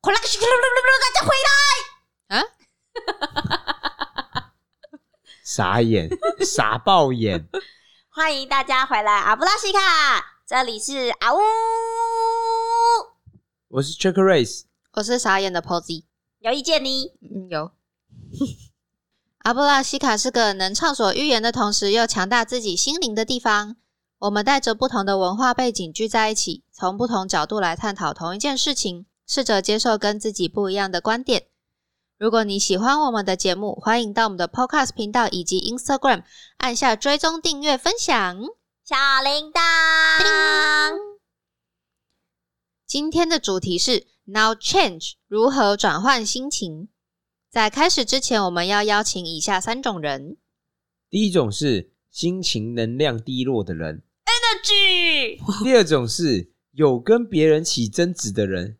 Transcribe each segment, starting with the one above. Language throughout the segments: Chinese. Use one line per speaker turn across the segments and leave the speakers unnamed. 快来，大家回来！
啊
啊，
傻眼，傻爆眼，
欢迎大家回来，阿布拉西卡，这里是啊呜。
我是 Jack Race，
我是傻眼的 Posy，
有意见呢？
嗯，有。阿布拉西卡是个能畅所欲言的同时又强大自己心灵的地方。我们带着不同的文化背景聚在一起，从不同角度来探讨同一件事情，试着接受跟自己不一样的观点。如果你喜欢我们的节目，欢迎到我们的 Podcast 频道以及 Instagram 按下追踪、订阅、分享。
小铃铛，
今天的主题是 Now Change 如何转换心情。在开始之前，我们要邀请以下三种人：
第一种是心情能量低落的人，
那句
第二种是有跟别人起争执的人，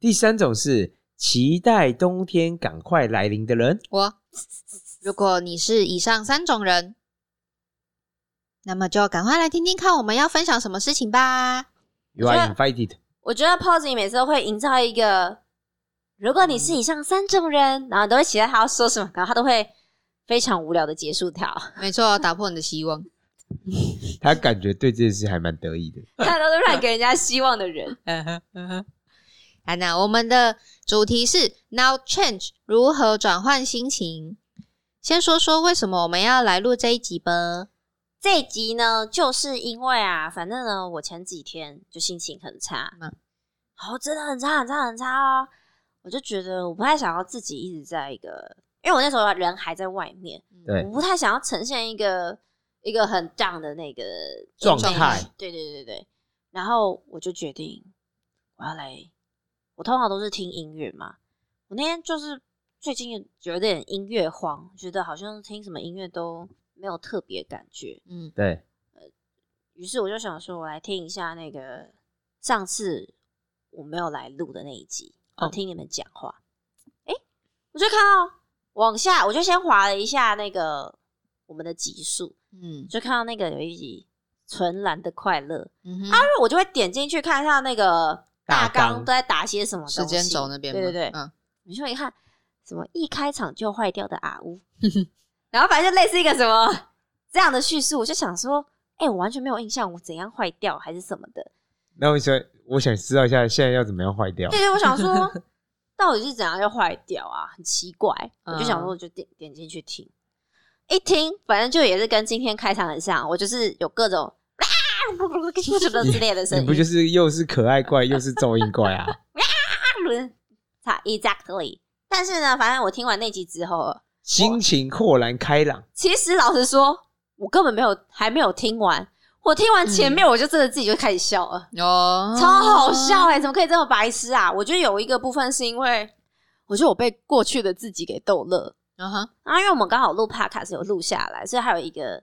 第三种是期待冬天赶快来临的人。
我。 如果你是以上三种人，那么就赶快来听听看我们要分享什么事情吧。
You are invited。
我觉得 Pose 每次都会营造一个，如果你是以上三种人，然后你都会期待他要说什么，然后他都会非常无聊的结束条，
没错，打破你的希望。
他感觉对这件事还蛮得意的。
他都是乱给人家希望的人。
啊，那我们的主题是 Now Change 如何转换心情。先说说为什么我们要来录这一集吧。
这一集呢，就是因为啊，反正呢，我前几天就心情很差，
嗯
哦，真的很差，很差，很差哦。我就觉得我不太想要自己一直在一个，因为我那时候人还在外面，
对
我不太想要呈现一个一个很 down 的那个
状
态
，image 对对对对。然后我就决定我要来，我通常都是听音乐嘛，我那天就是最近有点音乐荒，觉得好像听什么音乐都没有特别感觉。
嗯，
对，
于是我就想说，我来听一下那个上次我没有来录的那一集，我
哦
听你们讲话。诶，我就看到往下，我就先划了一下那个我们的集数，
嗯
就看到那个有一集《纯蓝的快乐》，
嗯哼，
但是我就会点进去看一下那个大
大纲
纲都在打些什么东西
时间轴那边吗，
对对对，
嗯，
你说一看什么一开场就坏掉的阿乌，然后反正就类似一个什么这样的叙述，我就想说，哎、我完全没有印象我怎样坏掉还是什么的。
那我想，我想知道一下现在要怎么样坏掉
对。对，我想 说到底是怎样就坏掉啊，很奇怪。
嗯
我就想说，我就点点进去听，一听反正就也是跟今天开场很像，我就是有各种啊什么之类的声
你
音，啊
不就是又是可爱怪又是噪音怪啊？
轮差 exactly。但是呢，反正我听完那集之后，
心情豁然开朗，
其实老实说，我根本没有还没有听完，我听完前面我就真的自己就开始笑了，
哦
超好笑哎、怎么可以这么白痴啊？我觉得有一个部分是因为，我觉得我被过去的自己给逗乐。
嗯哼，
然后因为我们刚好录 podcast 有录下来，所以还有一个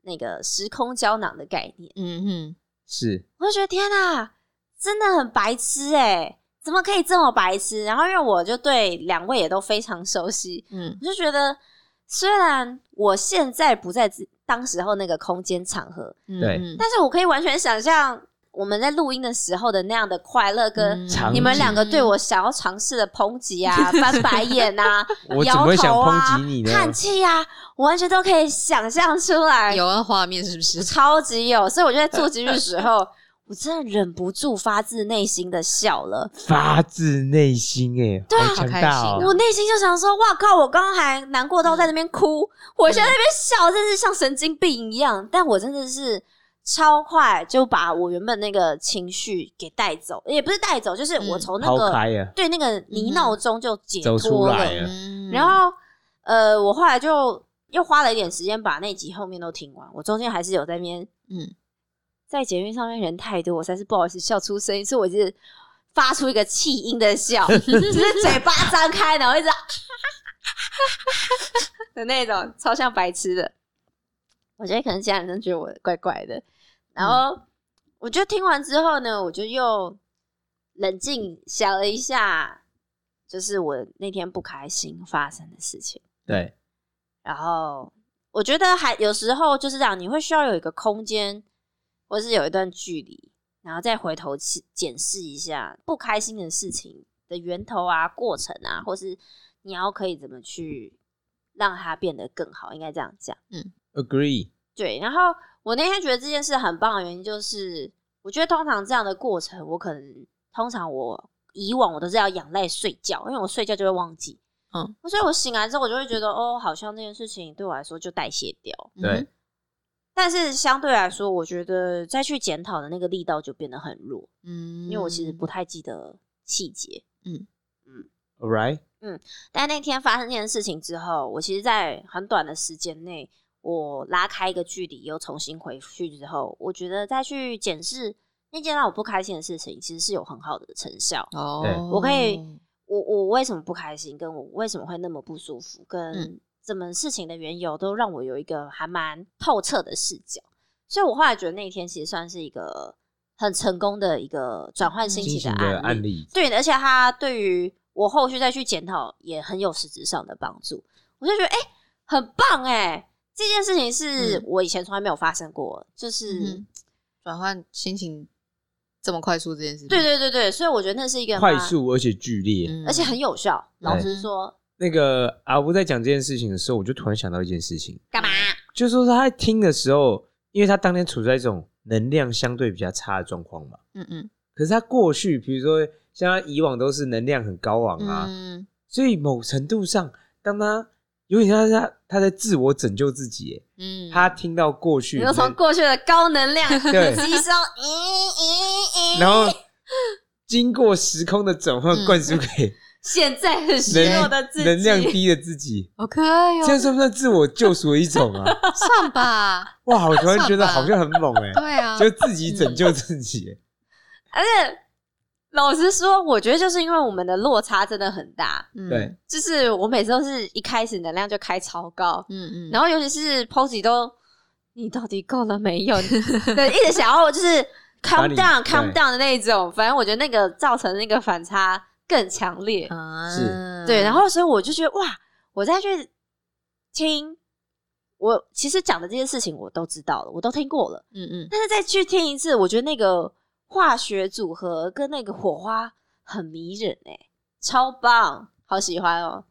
那个时空胶囊的概念，
嗯哼，
是
我就觉得天啊，真的很白痴哎、怎么可以这么白痴？然后因为我就对两位也都非常熟悉，
嗯
我就觉得，虽然我现在不在自当时候那个空间场合，
嗯，
对
嗯
但是我可以完全想象我们在录音的时候的那样的快乐，
嗯
跟
场
你们
景
两个对我想要尝试的抨击啊、翻白眼啊、
我怎
摇
么
头
会想抨
啊
击 你、呢？
叹气啊，我完全都可以想象出来，
有啊画面是不 是？
超级有。所以我就在做节目的时候，我真的忍不住发自内心的笑了。
发自内心哎、好嗯强
好
大
开心
哦、
我内心就想说，哇靠！我刚刚还难过到在那边哭，我现在在那边
嗯
笑，真是像神经病一样。但我真的是超快就把我原本那个情绪给带走，也不是带走，就是我从那
嗯抛
个、
开啊了，
对那个泥淖中就解
走出
脱
来
了。
了。
嗯
然后呃，我后来就又花了一点时间把那集后面都听完，我中间还是有在那边
嗯，
在捷运上面人太多，我实在是不好意思笑出声音，所以我一直发出一个气音的笑， 只是嘴巴张开，然后一直啊 的那种，超像白痴的。我觉得可能其他人都觉得我怪怪的。然后我就听完之后呢，我就又冷静想了一下，就是我那天不开心发生的事情。
对，
然后我觉得还有时候就是这样，你会需要有一个空间，或是有一段距离，然后再回头去检视一下不开心的事情的源头啊、过程啊，或是你要可以怎么去让它变得更好，应该这样讲。
Agree，
对，然后我那天觉得这件事很棒的原因就是，我觉得通常这样的过程，我可能通常我以往我都是要仰赖睡觉，因为我睡觉就会忘记。
嗯，
所以我醒来之后，我就会觉得哦，好像这件事情对我来说就代谢掉。
对，
但是相对来说，我觉得再去检讨的那个力道就变得很弱，
嗯，
因为我其实不太记得细节。
，All right，
但那天发生这件事情之后，我其实，在很短的时间内，我拉开一个距离，又重新回去之后，我觉得再去检视那件让我不开心的事情，其实是有很好的成效。
哦
对，
我可以我我为什么不开心，跟我为什么会那么不舒服，跟
嗯
怎么事情的缘由，都让我有一个还蛮透彻的视角。所以我后来觉得那一天其实算是一个很成功的一个转换心
新
情
型
的
的
案例
案。例，
对，而且它对于我后续再去检讨也很有实质上的帮助。我就觉得，哎、很棒哎、这件事情是
嗯
我以前从来没有发生过，就是、
嗯哼转换心情这么快速这件事，
对，对对对，所以我觉得那是一个
快
蛮，
速而且剧烈。
嗯
而且很有效。老
对
实说，
那个阿吴在讲这件事情的时候，我就突然想到一件事情，
干嘛？
就是说他在听的时候，因为他当天处在一种能量相对比较差的状况嘛，
嗯嗯
可是他过去，比如说像他以往都是能量很高昂啊，
嗯，
所以某程度上，当他有点像是他他在自我拯救自己耶，
嗯
他听到过去
你
能，
就从过去的高能 量吸
对，
收，咦咦咦，
然后经过时空的转换，
嗯
灌输给
现在很虚弱
能
的自己，
能量低的 自己，
好可爱
这
哦，
样算不算自我救赎的一 种啊？
算 吧，
哇，我突然觉
算
得
吧
好像很猛哎、
对啊，
就自己拯救自己、欸。
而且老实说，我觉得就是因为我们的落差真的很大，
嗯
对，
就是我每次都是一开始能量就开超高，
嗯嗯，
然后尤其是 Posy 都，你到底够了没 有？对，一直想要就是 calm
你
down calm
对
down 的那一种，反正我觉得那个造成那个反差更强烈。
嗯
啊
是
对，然后所以我就觉得哇，我再去听，我其实讲的这些事情我都知道了，我都听过了，
嗯嗯
但是再去听一次，我觉得那个化学组合跟那个火花很迷人哎、超棒，好喜欢哦！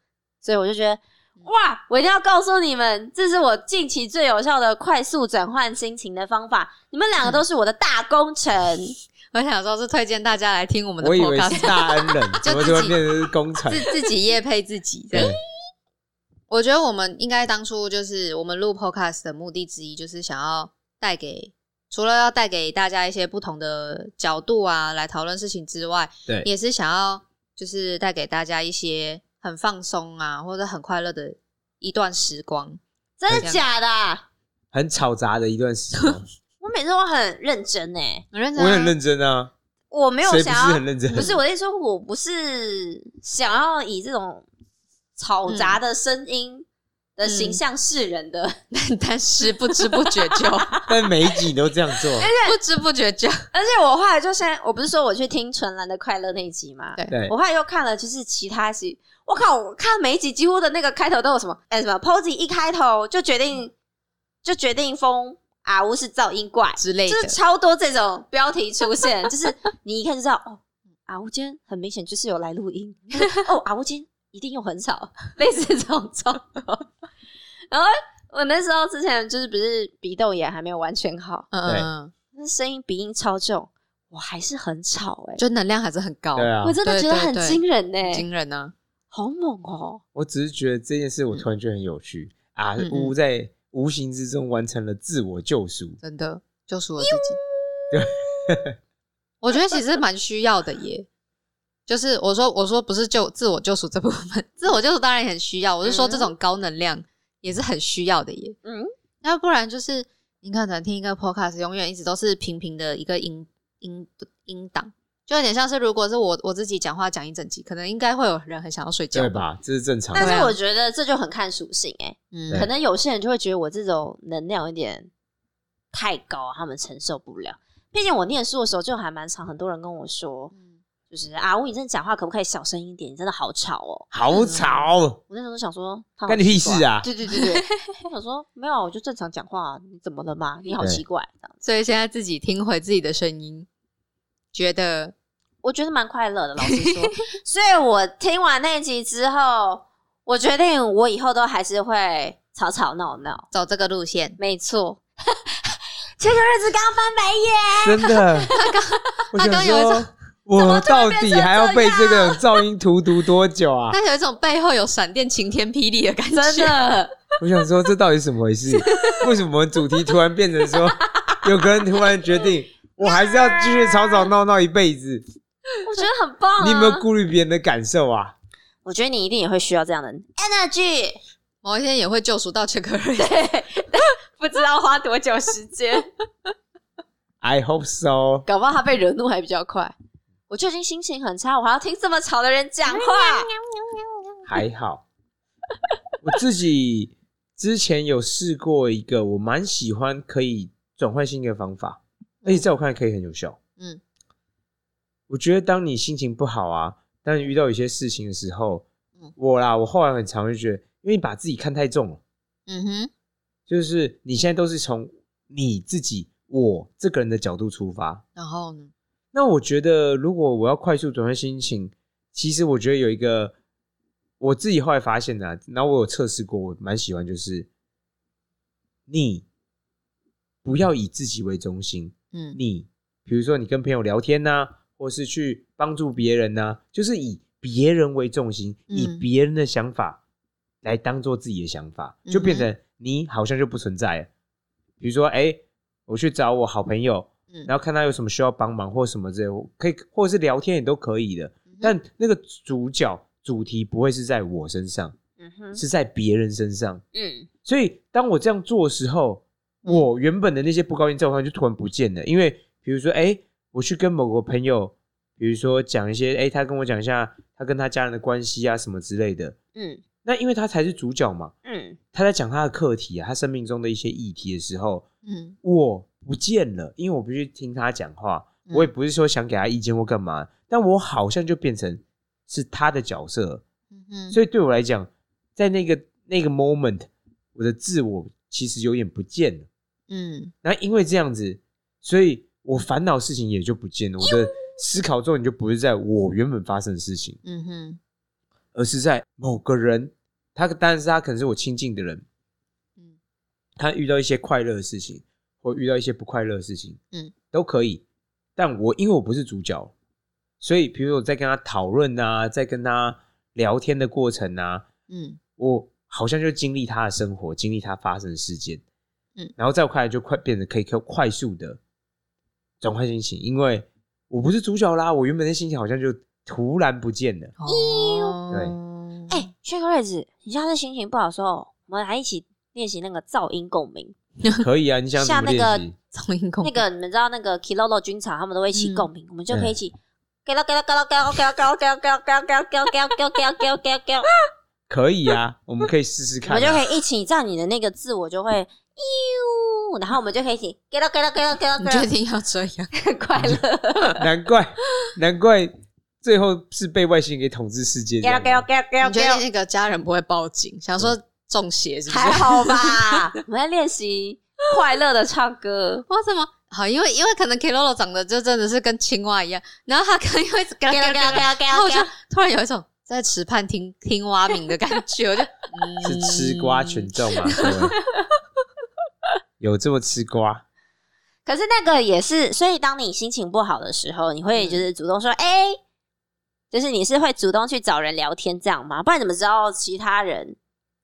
所以我就觉得，哇，我一定要告诉你们，这是我近期最有效的快速转换心情的方法。你们两个都是我的大功臣，
我想说是推荐大家来嗯听我们的
我以为
podcast，
是大恩人，
就
怎么
自己
就会变成是工厂？
自自己夜配自己这样
对。，
我觉得我们应该当初就是我们录 podcast 的目的之一，就是想要带给除了要带给大家一些不同的角度啊来讨论事情之外，
对
也是想要就是带给大家一些很放松啊或者很快乐的一段时光。
真的假的啊？
很吵杂的一段时光。
我每次都很认真哎、
很认
我
真、啊，
很认真啊，
我没有
谁不
想
是
要
很，认真？
不是我的意思说，我不是想要以这种吵杂的声音的形象示人的。
真，但是不知不觉 就
但每一集你都这样 做，
不知不觉就
而且我后来就先，我不是说我去听纯蓝的快乐那一集吗？
对
对
我后来又看了，就是其他集，我靠，我看每一集几乎的那个开头都有什么，哎、什么 Posy 一开头就决定就决定封啊阿乌是噪音怪，
之类
就
的
是，超多这种标题出现， 就是你一看就知道哦，阿乌今天很明显就是有来录音， 哦，阿乌今天一定又很吵， 类似这种状况。然后我那时候之前就是不是鼻窦炎还没有完全好，
嗯
对
嗯，
那声音鼻音超重，我还是很吵哎、
嗯就能量还是很高，
对啊
我，真的觉得很
对对对
惊人呢、欸
很惊人啊呢、
好猛哦、
我只是觉得这件事，我突然觉得很有趣啊
嗯！嗯
乌在无形之中完成了自我救赎，
真的救赎了自己。 我觉得其实蛮需要的耶。就是我说我说不是救自我救赎这部分， 自我救赎当然也很需要。我是说
嗯
这种高能量也是很需要的耶。
嗯，
要不然就是你可能听一个 podcast，永远一直都是平平的一个音音音档，就有点像是如果是我我自己讲话讲一整集，可能应该会有人很想要睡觉
对？吧？这是正常
但
的。
是我觉得这就很看属性哎、
嗯，
对
可能有些人就会觉得我这种能量有点太高，他们承受不了。毕竟我念书的时候就还蛮常，很多人跟我说，
嗯
就是啊，吴宇正讲话可不可以小声一点？你真的好吵哦、
好吵，
我那时候都想说，他好
干你屁
奇怪
事！啊！
对对对 对，我想说没有啊，我就正常讲话啊，你怎么了吗？你好
对
奇怪这样子。
所以现在自己听回自己的声音，觉得
我觉得蛮快乐的，老实说。所以我听完那集之后，我决定我以后都还是会吵吵闹闹。
走这个路线，
没错， 前个日子刚翻白眼，
真的。我
他
想
刚有一
说
种，
我
怎么
到
突然变
底
成
还要被
这
这个噪音荼毒多久啊？
但有一种背后有闪电晴天霹雳的感觉。
真的，
我想说，这到底怎么 回事？为什么我们主题突然变成说，有个人突然 决定，我还是要继续吵
啊
吵闹闹一辈子？
我觉得很棒、啊。
你有没有顾虑别人的感受啊？
我觉得你一定也会需要这样的 energy。
某一天也会救赎到 c h 瑞。
不知道花多久时间，
I hope so。
搞不好他被惹怒还比较快。我就已经心情很差，我还要听这么吵的人讲话。
还好，我自己之前有试过一个我蛮喜欢可以转换心情的方法，而且在我看来可以很有效。
嗯，
我觉得当你心情不好啊，当你遇到一些事情的时候
嗯，
我啦，我后来很常会觉得，因为你把自己看太重了，
嗯哼，
就是你现在都是从你自己我这个人的角度出发，
然后呢？
那我觉得，如果我要快速转换心情，其实我觉得有一个我自己后来发现的、啊，然后我有测试过，我蛮喜欢，就是你不要以自己为中心，
嗯
你比如说你跟朋友聊天呐、或是去帮助别人呐、就是以别人为重心，
嗯
以别人的想法来当做自己的想法，就变成你好像就不存在了。比如说，哎、我去找我好朋友，
嗯
然后看他有什么需要帮忙或什么之类，我可以或者是聊天也都可以的。但那个主角主题不会是在我身上，
嗯哼，
是在别人身上。
嗯，
所以当我这样做的时候，
嗯
我原本的那些不高兴状况就突然不见了。因为比如说，哎、我去跟某个朋友，比如说讲一些，哎、他跟我讲一下他跟他家人的关系啊什么之类的。
嗯
那因为他才是主角嘛，
嗯
他在讲他的课题啊，他生命中的一些议题的时候，
嗯
我不见了，因为我必须听他讲话。
嗯
我也不是说想给他意见或干嘛，但我好像就变成是他的角色了。
嗯哼，
所以对我来讲，在那个那个 moment，我的自我其实有点不见了。
嗯
那因为这样子，所以我烦恼事情也就不见了。我的思考重点就不是在我原本发生的事情，
嗯哼
而是在某个人，他当然是他可能是我亲近的人，
嗯
他遇到一些快乐的事情，或遇到一些不快乐的事情，
嗯，
都可以。但我因为我不是主角，所以比如说我在跟他讨论啊，在跟他聊天的过程啊，
嗯
我好像就经历他的生活，经历他发生的事件，
嗯
然后在我看来就快变得可以快快速的转换心情，因为我不是主角啦，我原本的心情好像就突然不见了。
哦，
哎、薛克瑞子，你下次心情不好的时候，我们来一起练习那个噪音共鸣。
可以啊，你想怎
像
么
那个
练习？
噪音控
那个你们知道那个 Kilolo 军场，他们都会一起
嗯
共鸣，我们就可以一起。给了给了给了给了给了给了给了给了给了给了给了给了给了给了给了给了给了，
可以啊，我们可以试试
我
看、
们就
啊。
可以一起，这样你的那个自我就会呦，然后我们就可以一起给了给了给了给了
你
给
确
了，
定要这样？
很快乐。
难怪，难怪最后是被外星人给统治世界这
给了
样
给了
啊。
给了给了
你觉
给
得
了，
那个家人不会报警，想说中邪是不
还
是？
好吧？我们在练习快乐的唱歌。
我怎么好？因为因为可能 Kilolo 长得就真的是跟青蛙一样，然后他可能又一直 嘎
给了
嘎
给了
嘎
给
嘎，
了给
然后
了
我
给
就
了，
突然有一种在池畔听听蛙鸣的感觉， 我就、嗯
是吃瓜群众嘛？各位有这么吃瓜？
可是那个也是，所以当你心情不好的时候，你会
嗯
就是主动说：“哎、就是你是会主动去找人聊天这样吗？不然怎么知道其他人？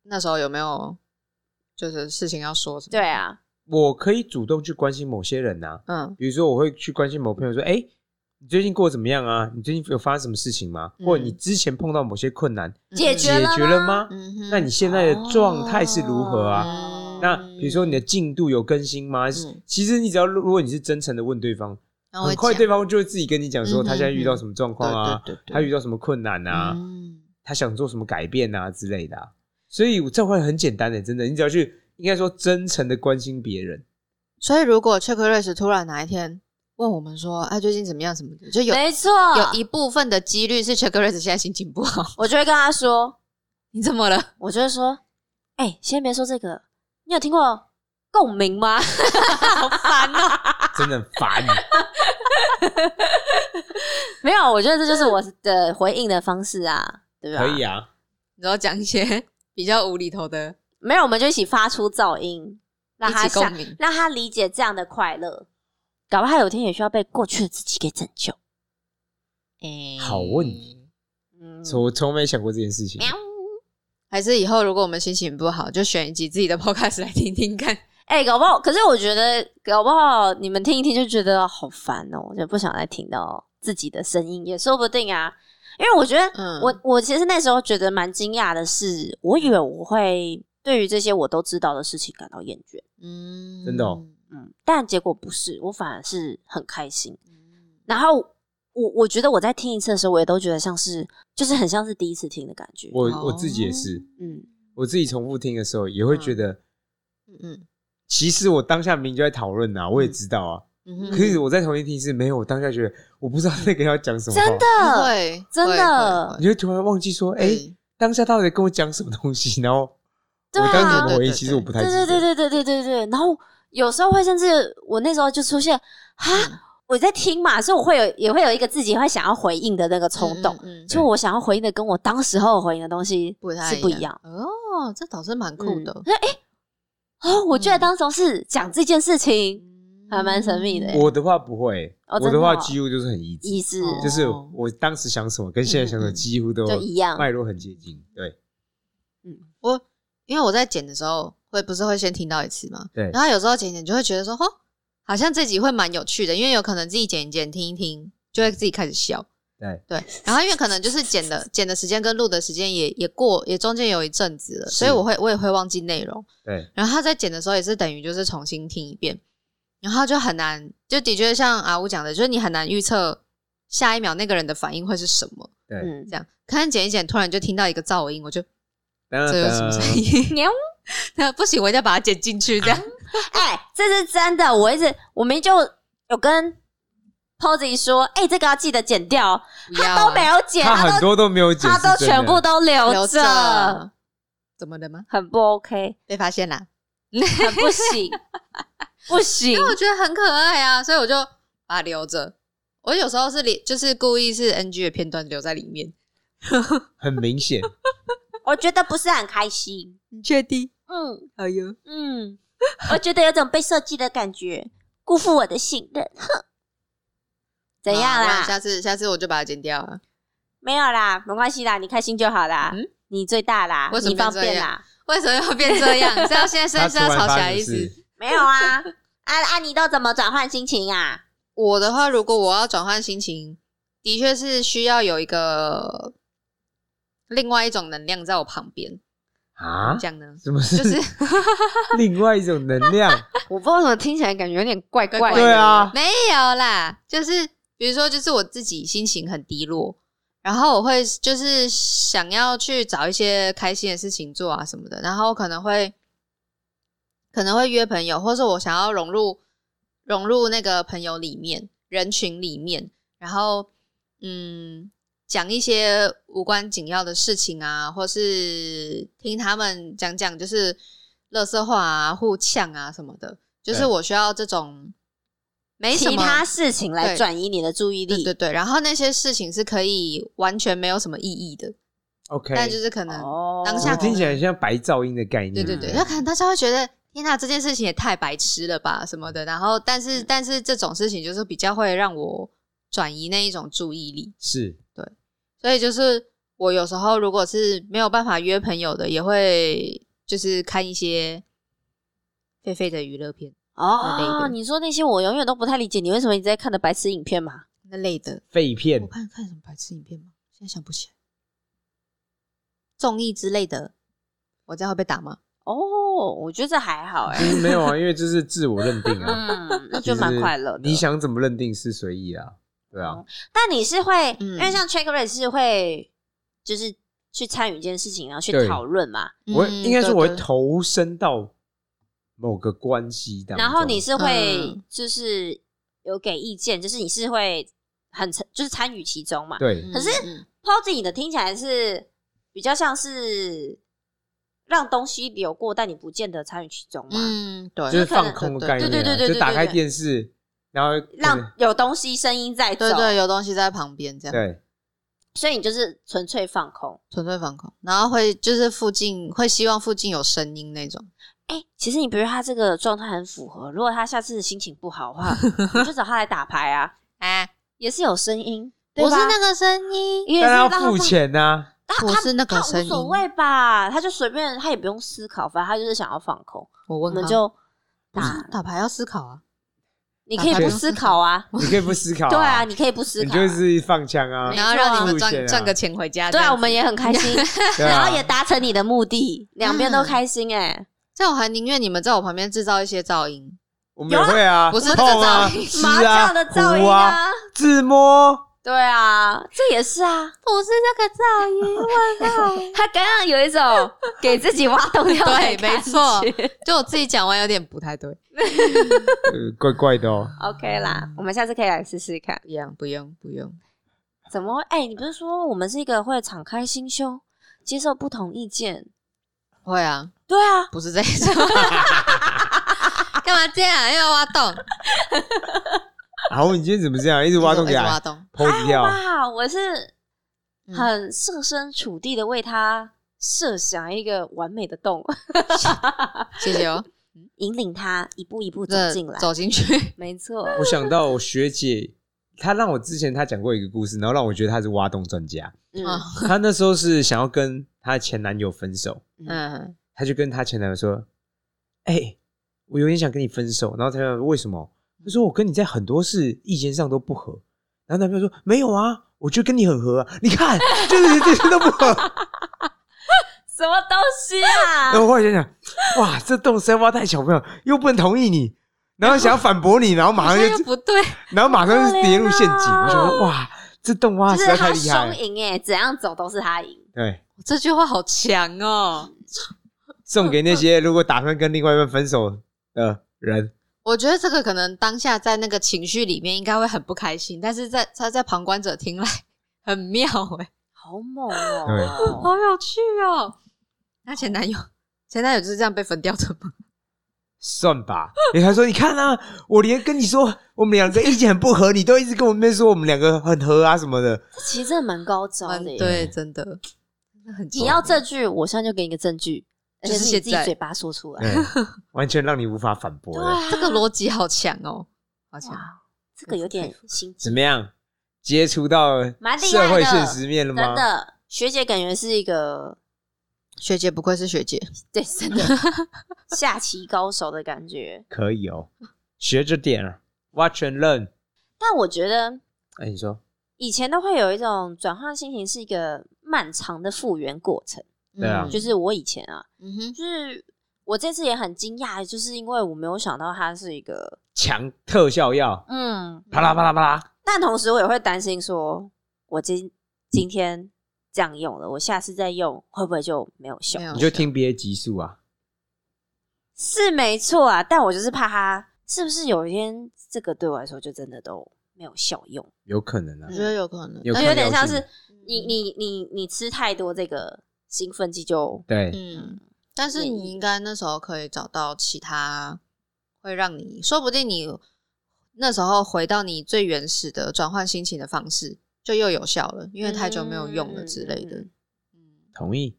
那时候有没有就是事情要说什么？
对，啊，
我可以主动去关心某些人呐、啊，
嗯
比如说我会去关心某朋友说，哎、你最近过得怎么样啊？你最近有发生什么事情吗？
嗯
或者你之前碰到某些困难，
解
解
决了吗
决了吗？
嗯哼
那你现在的状态是如何啊？
哦
那比如说你的进度有更新吗？
嗯
其实你只要如果你是真诚的问对方，
然后会
很快
讲
对方就会自己跟你讲
嗯
说
哼
他现在遇到什么状况啊，
对对对，
他遇到什么困难啊，
嗯
他想做什么改变啊之类的啊、所以这会很简单的、真的，你只要去应该说真诚的关心别人，
所以如果 c h 瑞 c k 突然哪一天问我们说，哎，最近怎么样什么的，就有。
没错，
有一部分的几率是 c h 瑞 c k 现在心情不好，
我就会跟他说，
你怎么了？
我就会说：“哎、先别说这个，你有听过共鸣吗？ 啊
好烦哦！
真的很烦。
没有，我觉得这就是我的回应的方式啊，对吧？
可以啊，
然后讲一些 比较无厘头的，
没有，我们就一起发出噪音，让他
一起共
想
鸣，
让他理解这样的快乐。搞不好他有一天也需要被过去的自己给拯救。
哎
好问题。
嗯，
我从没想过这件事情。
喵！
还是以后如果我们心情不好，就选一集自己的 podcast 来听听看。
哎、搞不好，可是我觉得，搞不好你们听一听就觉得好烦哦、我就不想再听到自己的声音，也说不定啊。因为我觉得
嗯
我，我其实那时候觉得蛮惊讶的是，我以为我会对于这些我都知道的事情感到厌倦，
嗯
真的哦
嗯，但结果不是，我反而是很开心。
嗯
然后我我觉得我在听一次的时候，我也都觉得像是，就是很像是第一次听的感觉。
我
哦
我自己也是，
嗯，
我自己重复听的时候也会觉得，
嗯
其实我当下明明就在讨论呐，我也知道啊。
嗯
可
哼，
是我在重新听是没有，我当下觉得我不知道那个要讲什么话，
真的，
会
真的
会会
你就突然忘记说，哎，
会
当下到底跟我讲什么东西？然后我
对啊
当时怎
对
么回
对
应，
对
其实我不太
对
记
对
得。
对对对对对对。然后有时候会甚至我那时候就出现
嗯
啊，我在听嘛，所以我会有也会有一个自己会想要回应的那个冲动。
嗯嗯嗯
就我想要回应的，跟我当时候回应的东西
不太
是不一样。
哦，这倒是蛮酷的
嗯，那哎、哦，我居然当时候是讲这件事情，
嗯
还蛮神秘的欸
我的话不会，
哦真的
我的
哦
话几乎就是很一致，
意思
哦
就是我当时想什么跟现在想什
嗯
么
嗯嗯
几乎都
就一样
脉络很接近。对
我因为我在剪的时候会不是会先听到一次吗？
对
然后有时候剪一剪就会觉得说，哦，好像这集会蛮有趣的，因为有可能自己剪一剪听一听，就会自己开始笑。
对，
对，然后因为可能就是剪的剪的时间跟录的时间也也过也中间有一阵子了，
是
所以我会我也会忘记内容。
对，
然后他在剪的时候也是等于就是重新听一遍，然后就很难，就的确像阿乌讲的，就是你很难预测下一秒那个人的反应会是什么。
对
嗯
这，样，可能剪一剪，突然就听到一个噪音，我就
当然
这有什么声音？
喵！
那不行，我一定要把它剪进去。这样，
哎、这是真的，我一直我们就有跟 Posy 说，哎、这个要记得剪掉哦，
不要
他都没
啊
有剪，
他很
都
多都没有解释，
他都全部都
都
留
留
着，
着，怎么了吗？
很不 OK，
被发现啦？
很不行， 不行
因，为我觉得很可爱啊，所以我就把它留着。我有时候是里就是故意是 NG 的片段留在里面。
很明显。
我觉得不是很开心。
你确定？
嗯
哎呦，
嗯，我觉得有种被设计的感觉，辜负我的信任。哼，怎样啊
好那
啦？
下次下次我就把它剪掉啊。
没有啦，没关系啦，你开心就好啦。
嗯
你最大啦，
为什么
你方
变这
便
样
啦？
为什么要变这样？ 是要现在
他
是
突
要
然
吵起
发
来
生
意思？
事
没有啊， 啊啊，你都怎么转换心情啊？
我的话，如果我要转换心情，的确是需要有一个另外一种能量在我旁边。
啊？
这样 呢，
什么
就是
是另外一种能量？
我不知道怎么听起来感觉有点怪
怪怪的
对啊，
没有啦，就是比如说，就是我自己心情很低落，然后我会就是想要去找一些开心的事情做啊什么的，然后可能会可能会约朋友，或是我想要融入融入那个朋友里面人群里面，然后嗯讲一些无关紧要的事情啊，或是听他们讲讲就是乐色话啊、互呛啊什么的，就是
对
我需要这种没什
其
么
他事情来
对
转移你的注意
对
力。
对对，然后那些事情是可以完全没有什么意义的，
OK，
但就是可能、
哦
当下
我
可能
听起来像白噪音的概念。
对对对，那可能大家会觉得天哪，这件事情也太白痴了吧什么的。然后，但
嗯
是但是这种事情就是比较会让我转移那一种注意力，
是
所以就是我有时候如果是没有办法约朋友的，也会就是看一些狒狒的娱乐片
哦，你说那些我永远都不太理解，你为什么一直在看的白痴影片嘛？
那类的。
废片
我看看什么白痴影片吗？现在想不起来，综艺之类的，我这样会被打吗？
哦，我觉得这还好哎、
其实没有啊，因为这是自我认定啊，
嗯，那就蛮快乐的。
就是你，想怎么认定是随意啊？对啊，
但你是会，
嗯
因为像 checklist 是会，就是去参与一件事情，然后去
对
讨论嘛。
我
嗯
应该说
对
我会
对
投身到某个关系当中。
然后你是会
嗯，
就是有给意见，就是你是会很参就是参与其中嘛。
对
嗯
可是
嗯
Posy 你的听起来是比较像是让东西流过，但你不见得参与其中嘛。
嗯，对，
就是
可能
放空的
对
概念啊，
对对对对对
就打开
对
电视，然后
让有东西声音在走，
对对，有东西在旁边这样，
对
所以你就是纯粹放空。
纯粹放空，然后会就是附近会希望附近有声音那种，
哎、其实你不觉得他这个状态很符合？如果他下次心情不好的话， 你就找他来打牌啊，
哎，
也是有声音，对
不是
吧
那个声音，
也是
但
让
要
他
付
放
钱呐、啊
他
不是那
他
个
无
声音，
所谓吧，他就随便，他也不用思考，反正他就是想要放空，
我
我
问
们
他
就
不是
打。
打牌要思考啊，
你可以不思考啊，
你可以不思考、
对啊，，你可以不思
你
考啊，
就是放枪啊
没，
然后让你们
错啊
赚赚个钱回家，
对
这
啊，
样
我们也很开 心，
对啊
然后也达成你的目的，两边
嗯
都开心哎，
这样我还宁愿你们在我旁边制造一些噪音，
我们也会啊，
不是
痛啊，
这
湿
麻将
啊
的噪
糊
音
啊，
啊，
自摸。
对啊，这也是啊，
不是那个噪 音，
他刚刚有一种给自己挖洞跳
对没错就我自己讲完有点不太对，
呃，怪怪的哦。
，OK 啦，我们下次可以来试试看。
不一样，不用不用，
怎么会？哎、你不是说我们是一个会敞开心胸、接受不同意见？
会啊，
对啊，
不是这一种。 干嘛这样？又要挖洞，
好，你今天怎么这样？一直挖洞
一
给
直挖
他
洞。
抛
还
弃掉
好。吧，啊我是
哦嗯
很设身处地的为他设想一个完美的洞，
谢谢哦，
引领他一步一步走
这
进来。
走进去，
没错，
我想到我学姐，她让我之前她讲过一个故事，然后让我觉得她是挖洞专家。
嗯
啊
她那时候是想要跟她前男友分手，
嗯，
她就跟她前男友说：“哎、我有点想跟你分手。”然后他说：“为什么？”她说：“我跟你在很多事意见上都不合。”然后男朋友说：“没有啊，我就跟你很合啊，你看， 就是连这些都不合。”
什么东西啊
然？后我后来想想，哇，这洞实在挖太小朋友，又不能同意你，然后想要反驳你，然后马
好
上
像又
就，
不对，
然后马上就跌入陷阱。
好
我
可怜
想
哦
说，哇，这洞挖
就
得实
是
在太
他
厉害
双
了。
赢哎，怎样走都是他赢。
对，
这句话好强哦。
送给那些如果打算跟另外一半分手的人，
我觉得这个可能当下在那个情绪里面应该会很不开心，但是在他在旁观者听来很妙哎、
好猛
对
哦！
好有趣哦。那前男友，前男友就是这样被分掉的 吗？
算吧。你还说，你看啊，我连跟你说我们两个意见很不合，你都一直跟我妹说我们两个很合啊什么 的。
这其实真的蛮高招的耶。
对，真的，真的很
你要证据，我现在就给你个证据，而且
就是是
你
现
自己
在
嘴巴说出来。
对，嗯完全让你无法反驳了。
这个逻辑好强哦，好强。
哇，这个有点心机，
怎么样？接触到
蛮厉害
社
的
会现实面了
真
吗？
的，学姐感觉是一个
学姐不愧是学姐，
对真的 下棋高手的感觉。
可以哦，学着点啊，watch and learn。
但我觉得
哎，你说，
以前都会有一种转换心情，是一个漫长的复原过程。
对啊
就，是我以前啊，
嗯哼，
就是我这次也很惊讶，就是因为我没有想到它是一个
强特效药，
嗯，
啪啦啪啦啪啦，
但同时我也会担心说，我今今天这样用了，我下次再用会不会就没有效
没？有
你就听别的集数啊。
是没错啊，但我就是怕它是不是有一天这个对我来说就真的都没有效用，
有可能啊
嗯
我，觉得有可能，
有
就
可
有
能
点像
性
是你你你你吃太多这个兴奋剂就
对，
嗯，但是你应该那时候可以找到其他会让你，说不定你那时候回到你最原始的转换心情的方式，就又有效了，因为太久没有用了之类的。
嗯
嗯
同意。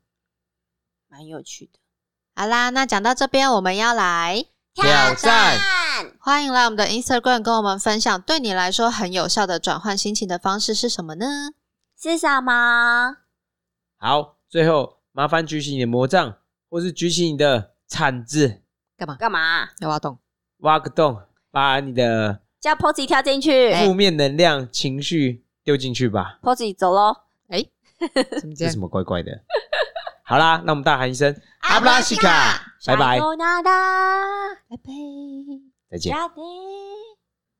蛮有趣的。
好啦，那讲到这边，我们要来
挑战
欢迎来我们的 Instagram 跟我们分享，对你来说很有效的转换心情的方式是什么呢？
是什么？
好，最后麻烦举起你的魔杖，或是举起你的铲子，
干嘛？
干嘛？
要挖洞？
挖个洞，把你的
叫 Posy 跳进去
负面能量、情绪丢进去吧。
，Posy 走喽！
哎， 怎么这
这
样
什？么怪怪的？好啦，那我们大喊一声阿布拉西卡，拜拜，
Sayonara
拜拜。
再见。
Jadi.